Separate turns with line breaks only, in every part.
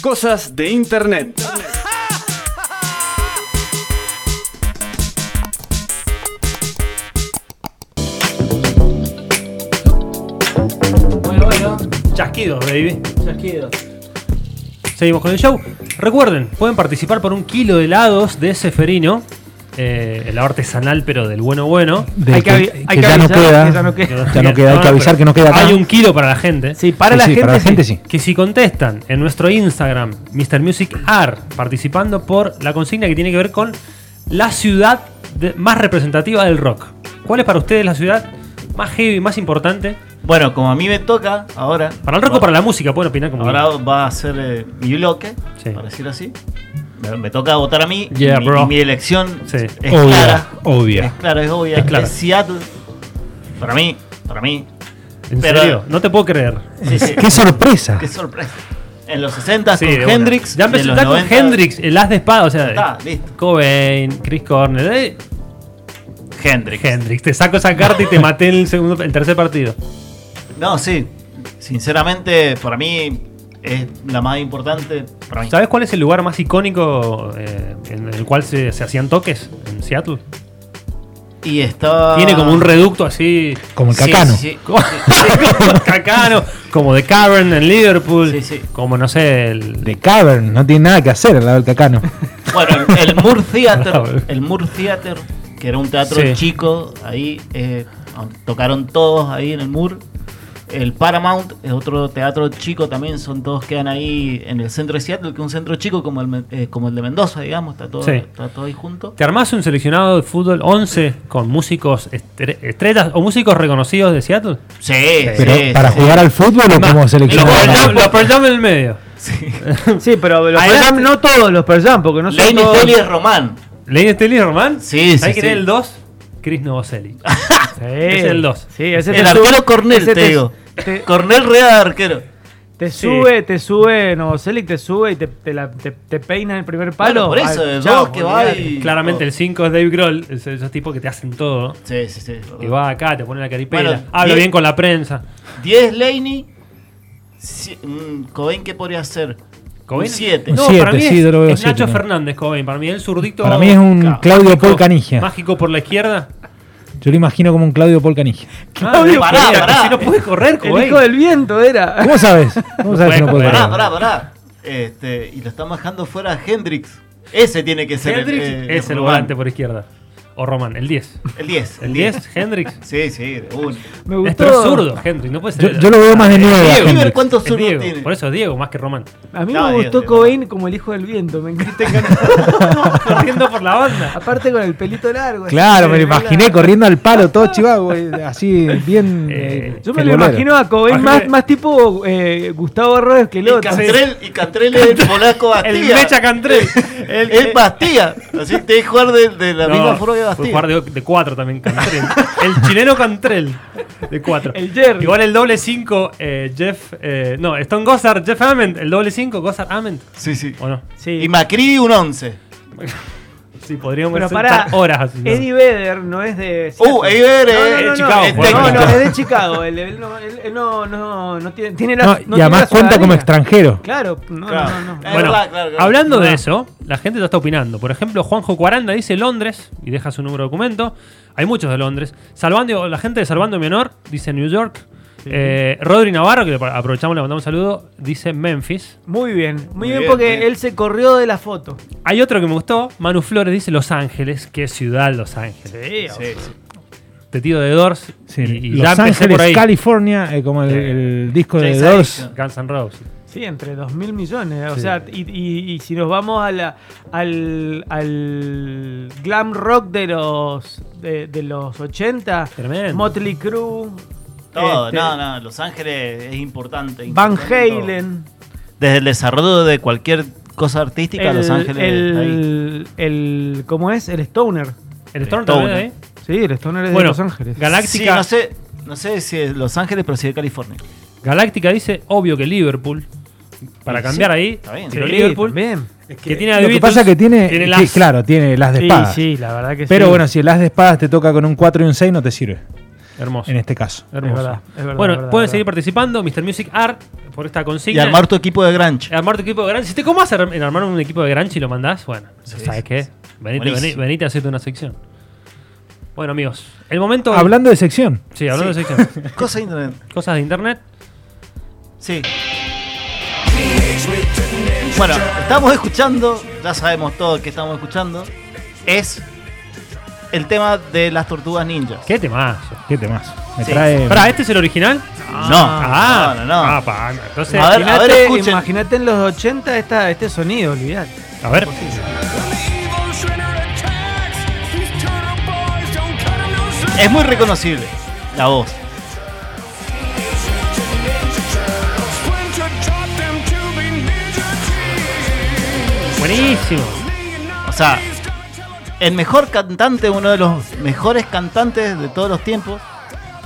Cosas de Internet.
Bueno, bueno,
Chasquidos, baby.
chasquidos.
Seguimos con el show. Recuerden, pueden participar por un kilo de helados de Seferino. Eh, helado artesanal, pero del bueno bueno.
De
Hay que
que,
avi-
que
hay que
ya no
avisar
queda.
que ya no queda.
Ya no queda, hay que avisar que no queda acá.
Hay un kilo para la gente.
Sí, para
Sí,
la
sí,
gente.
para la gente sí.
Que si contestan en nuestro Instagram, Mr. Music Art, participando por la consigna que tiene que ver con la ciudad de- más representativa del rock. ¿Cuál es para ustedes la ciudad más heavy, más importante?
Bueno, como a mí me toca ahora.
Para el rock o para la música, pueden opinar como
Ahora
quieran.
va a ser eh, mi bloque,
Sí.
para decirlo así. Me, me toca votar a mí.
Yeah,
mi,
bro.
mi elección
Sí.
es
Obvia,
clara.
obvia.
Es clara, es obvia.
Es clara.
Es Seattle. Para mí, para mí.
¿En
pero-
serio? No te puedo creer.
Sí, sí.
¡Qué sorpresa!
Qué sorpresa. En los 60
Sí, de
con
una.
Hendrix.
Ya
de
empezó
los
ya con
90,
Hendrix, el as de espada, o sea,
Está, listo.
Cobain, Chris Cornell, eh,
Hendrix.
Hendrix. Te saco esa carta y te maté en el, segundo, el tercer partido.
No, sí. Sinceramente, para mí es la más importante. Para mí.
¿Sabes cuál es el lugar más icónico eh, en el cual se, se hacían toques en Seattle?
Y está.
Tiene como un reducto así.
Como el
Sí,
cacano.
sí, sí.
como- como Cacano, como The Cavern en Liverpool.
Sí, sí.
Como no sé, el.
De Cavern, no tiene nada que hacer al lado del cacano.
Bueno, el- el Moore
Bravo.
Theater, el Moore Theater, que era un teatro
Sí.
chico, ahí eh, tocaron todos ahí en el Moore. El Paramount es otro teatro chico también, son todos quedan ahí en el centro de Seattle, que es un centro chico como el, men- eh, como el de Mendoza, digamos, está todo,
Sí.
está todo ahí junto.
¿Te armás un seleccionado de fútbol 11 con músicos estre- estrellas o músicos reconocidos de Seattle?
Sí,
Pero
sí,
para
sí.
jugar al fútbol o como
Lo
seleccionado.
Pearl
apoyamos en el medio.
Sí, pero los
Adelante.
Pearl Jam, no todos los Pearl Jam, porque no son
Lenny
todos.
Telly es Román.
¿Lady Staley Román?
Sí, sí,
¿Sabés quién
sí.
es el 2? Chris Novoselic.
Sí.
Es el dos.
Sí, ese
El
te sube-
arquero Cornel,
ese
te digo.
Te,
Cornel Rea de arquero.
te
Sí.
sube, te sube Novoselic, te sube y te, te, la- te- te peina en el primer palo.
Bueno, por eso,
Ah,
el
chao,
dos que va
olvidate.
y-
Claramente el 5 es Dave Grohl, es- esos tipos que te hacen todo.
Sí, sí, sí.
Y va acá, te pone la caripela,
Bueno,
habla
y-
bien con la prensa.
10 Laney. si- mm, Cobain, ¿qué podría ser?
Cobain-
7.
No,
Un siete,
para mí
sí,
es,
yo lo veo
es Nacho
siete, ¿no?
Fernández, Cobain. Para mí el zurdito.
Para mí es un Claudio Paul Canigia.
Mágico por la izquierda. Ah,
Yo lo imagino como un Claudio Paul Canigia.
Claudio
pará, pará.
Si no puede correr,
El
Cobain.
hijo del viento era.
¿Cómo sabes? ¿Cómo sabes que no puede
Bueno,
Pará,
correr?
pará, pará. Este, y lo están bajando fuera a Hendrix. Ese tiene que ser
Hendrix
el, eh,
es el
Román.
volante por izquierda. O Román, el 10.
El 10.
El 10, Hendrix.
Sí, sí, de uno.
Me
Es
gustó.
pero zurdo, Hendrix. No puede
Yo,
ser. Ah,
yo lo veo más de nuevo.
River, ¿cuántos
Es
zurdos
Diego.
tiene?
Por eso Diego, más que Román.
A mí
No,
me
Dios,
gustó
Dios.
Cobain como el hijo del viento. Me encanta.
Corriendo por la banda.
Aparte con el pelito largo. así,
Claro, me lo
de
imaginé
verdad.
corriendo al palo, todo chivado, güey, así bien.
Eh,
eh,
Yo me lo
futbolero.
imagino a Cobain
Imagínate.
más, más tipo eh, Gustavo Rodes que
Y
el otro.
Cantrell, y Cantrell es el polaco
Ah,
Bastía.
El Mecha Cantrell. El,
Es Bastía. Así te dejo jugar de, de la
No,
misma forma que
puede
Bastía.
jugar de, de cuatro también Cantrell. el chileno Cantrell. De cuatro.
El Jerry.
Igual el doble 5, Jeff. eh, no, Stone Gossard, Jeff Ament. El doble 5, Gossard Ament.
Sí, sí.
¿O no?
Sí.
Y Macri un 11.
Sí, podríamos
Pero
sentar
pará,
horas así. ¿no?
Eddie Vedder no es de.
Uh,
Seattle.
ahí ver,
No, no,
eh,
no, no.
Chicago,
es
por
No,
técnico.
no, es de Chicago. Él, él no, él- él no, no, no tiene, tiene la.
No,
no tiene
y
la
además cuenta como
ciudadanía.
extranjero.
Claro, no,
Claro.
no, no.
Es
Bueno,
verdad, Eh, claro, Ah. claro.
hablando de eso, la gente ya está opinando. Por ejemplo, Juanjo Cuaranda dice Londres y deja su número de documento. Hay muchos de Londres. Salvando, la gente de Salvando mi honor dice New York. Eh, Rodri Navarro, que le pa- aprovechamos, le mandamos un saludo, dice Memphis.
Muy bien, muy, bien,
bien,
porque
muy bien.
él se corrió de la foto.
Hay otro que me gustó, Manu Flores dice Los Ángeles. Qué ciudad Los Ángeles.
Sí,
Sí, sí.
Te tiro de Doors
Sí,
y, y
Los
ya empecé
Ángeles,
por ahí.
California, eh, como el, el disco de
Jason
Doors.
Addiction.
Guns N' Roses.
Sí, entre 2 mil millones. O
Sí.
sea, y, y- y si nos vamos a la- al, al glam rock de los de, de los 80,
Tremendo.
Motley Crue,
Todo,
este,
no, no, Los Ángeles es importante.
Van
importante en todo.
Halen,
Desde el desarrollo de cualquier cosa artística, Los Ángeles. ahí.
el, el- ¿cómo es? El Stoner.
El Storm
Stoner.
también ahí.
Sí, el Stoner es
Bueno,
de Los Ángeles.
Sí,
Galáctica,
no sé, no sé si es Los Ángeles, pero sí de California.
Galáctica dice, obvio que Liverpool. Para
Sí,
cambiar ahí,
está bien.
pero
Sí,
Liverpool.
también.
que, tiene a
Lo que
Beatles,
pasa que tiene.
tiene
sí,
las-
claro, tiene las de
Sí,
espadas.
sí, la verdad que
Pero
sí.
bueno, si el as de espadas te toca con un 4 y un 6, no te sirve.
Hermoso.
en este caso.
Hermoso.
Es verdad, es verdad,
bueno,
es verdad,
pueden
es
seguir
verdad.
participando, Mr. Music Art, por esta
Y
consigna.
armar tu equipo de Granch.
Armar tu equipo de Granchi. Si te comas ar- en armar un equipo de Granchi y lo mandás, bueno,
Sí,
¿sabes
sí,
qué?
sí.
Venite, vení-
Buenísimo.
venite a hacerte una sección. Bueno, amigos, el momento.
Hablando de sección.
Sí, hablando
Sí.
de sección.
Cosa de internet.
Cosas de internet.
Sí. Bueno, estamos escuchando, ya sabemos todo que estamos escuchando, es el tema de las tortugas ninjas.
¿Qué temazo?
¿Qué temas? Me
Sí.
trae.
Pará, ¿este es el original? Ah,
no, no, no.
Ah, pa, entonces,
A ver, a ver,
Imagínate
escuchen.
imagínate en los 80 esta, este sonido, olvidate.
a ver.
Es muy reconocible la voz.
Buenísimo.
O sea, el mejor cantante, uno de los mejores cantantes de todos los tiempos,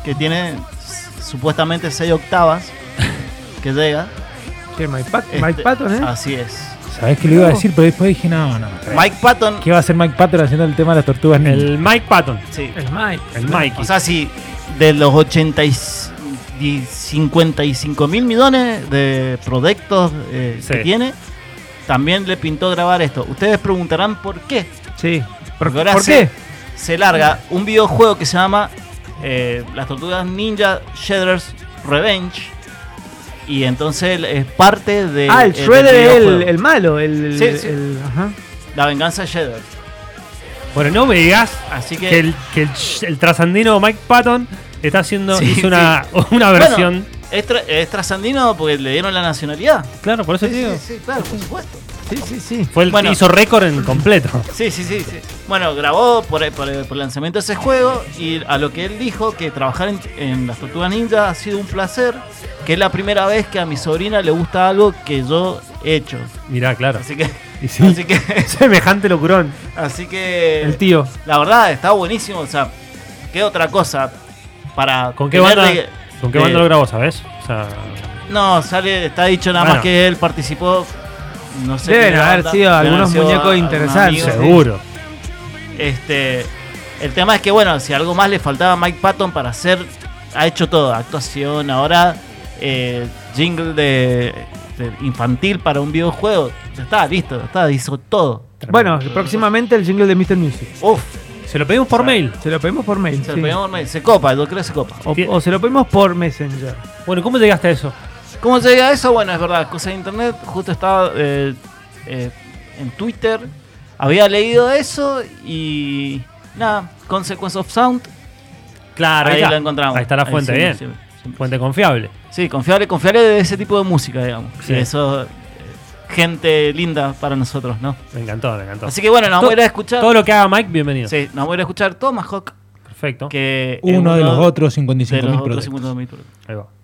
que tiene s- supuestamente seis octavas, que llega.
Che, Mike, Pat-
Este,
Mike Patton, ¿eh?
Así es.
¿Sabés qué le iba a decir? Pero después dije, no, no. me trae.
Mike Patton,
¿Qué va a hacer Mike Patter haciendo el tema de las tortugas ninja?
El Mike Patton.
sí.
El Mike.
El Mikey.
O sea, si de los 80 y s- y 55 mil millones de proyectos eh,
Sí.
que tiene, también le pintó grabar esto. Ustedes preguntarán por qué.
Sí.
Porque ahora
¿Por
se,
qué?
se larga un videojuego que se llama eh, Las Tortugas Ninja Shredder's Revenge. Y entonces él es parte de.
ah, el
eh, del
Shredder es el,
videojuego.
el malo, el,
Sí, sí.
el- ajá.
La venganza de Shredder.
bueno, no me digas
Así que.
que el, que el, sh- el trasandino Mike Patton está haciendo
Sí,
hizo una, una
Bueno,
versión.
es, tra- es trasandino porque le dieron la nacionalidad.
claro, por eso te
sí,
digo.
sí, sí, claro, por supuesto.
Sí, sí, sí.
Fue el
Bueno.
hizo récord en completo.
Sí, sí, sí, sí. Bueno, grabó por, por- por el lanzamiento de ese juego y a lo que él dijo que trabajar en, en las Tortugas Ninja ha sido un placer, que es la primera vez que a mi sobrina le gusta algo que yo he hecho.
Mirá, claro.
Así que,
Y sí.
así que,
Semejante locurón.
así que,
El tío.
la verdad está buenísimo. O sea, qué otra cosa para
¿Con qué
tener
banda,
de-
¿con qué
de-
banda lo grabó, sabes? O sea,
No, sale, está dicho nada
Bueno.
más que él participó. No sé
Deben
qué
haber
banda,
sido
deben haber
algunos muñecos
algún
interesantes.
amigo.
seguro.
Este, el tema es que, bueno, si algo más le faltaba a Mike Patton para hacer, ha hecho todo: actuación, ahora eh, jingle de, de infantil para un videojuego. Ya está, listo, ya está, hizo todo.
Bueno, próximamente el jingle de Mr. Music.
Uf,
Se lo pedimos por mail.
Se lo pedimos por mail.
se,
sí.
lo pedimos- se copa, yo creo que se copa.
O, o se lo pedimos por Messenger.
Bueno, ¿cómo llegaste a eso?
¿Cómo llega a eso? Bueno, es verdad, cosa de internet. Justo estaba eh, eh, en Twitter, había leído eso y. Nada, Consequence of Sound.
Claro,
ahí
está.
lo encontramos.
Ahí está la
Ahí
fuente,
siempre,
bien.
siempre, siempre.
Fuente confiable.
Sí, confiable, confiable de ese tipo de música, digamos.
Sí.
Eso, eh, gente linda para nosotros, ¿no?
Me encantó, me encantó.
Así que bueno, nos vamos a ir a escuchar.
Todo lo que haga Mike, bienvenido.
Sí, nos vamos a ir a escuchar Tomahawk,
Perfecto.
que es
Uno de los otros
de
55
los
mil
otros
proyectos.
50.000 productos.
Ahí va.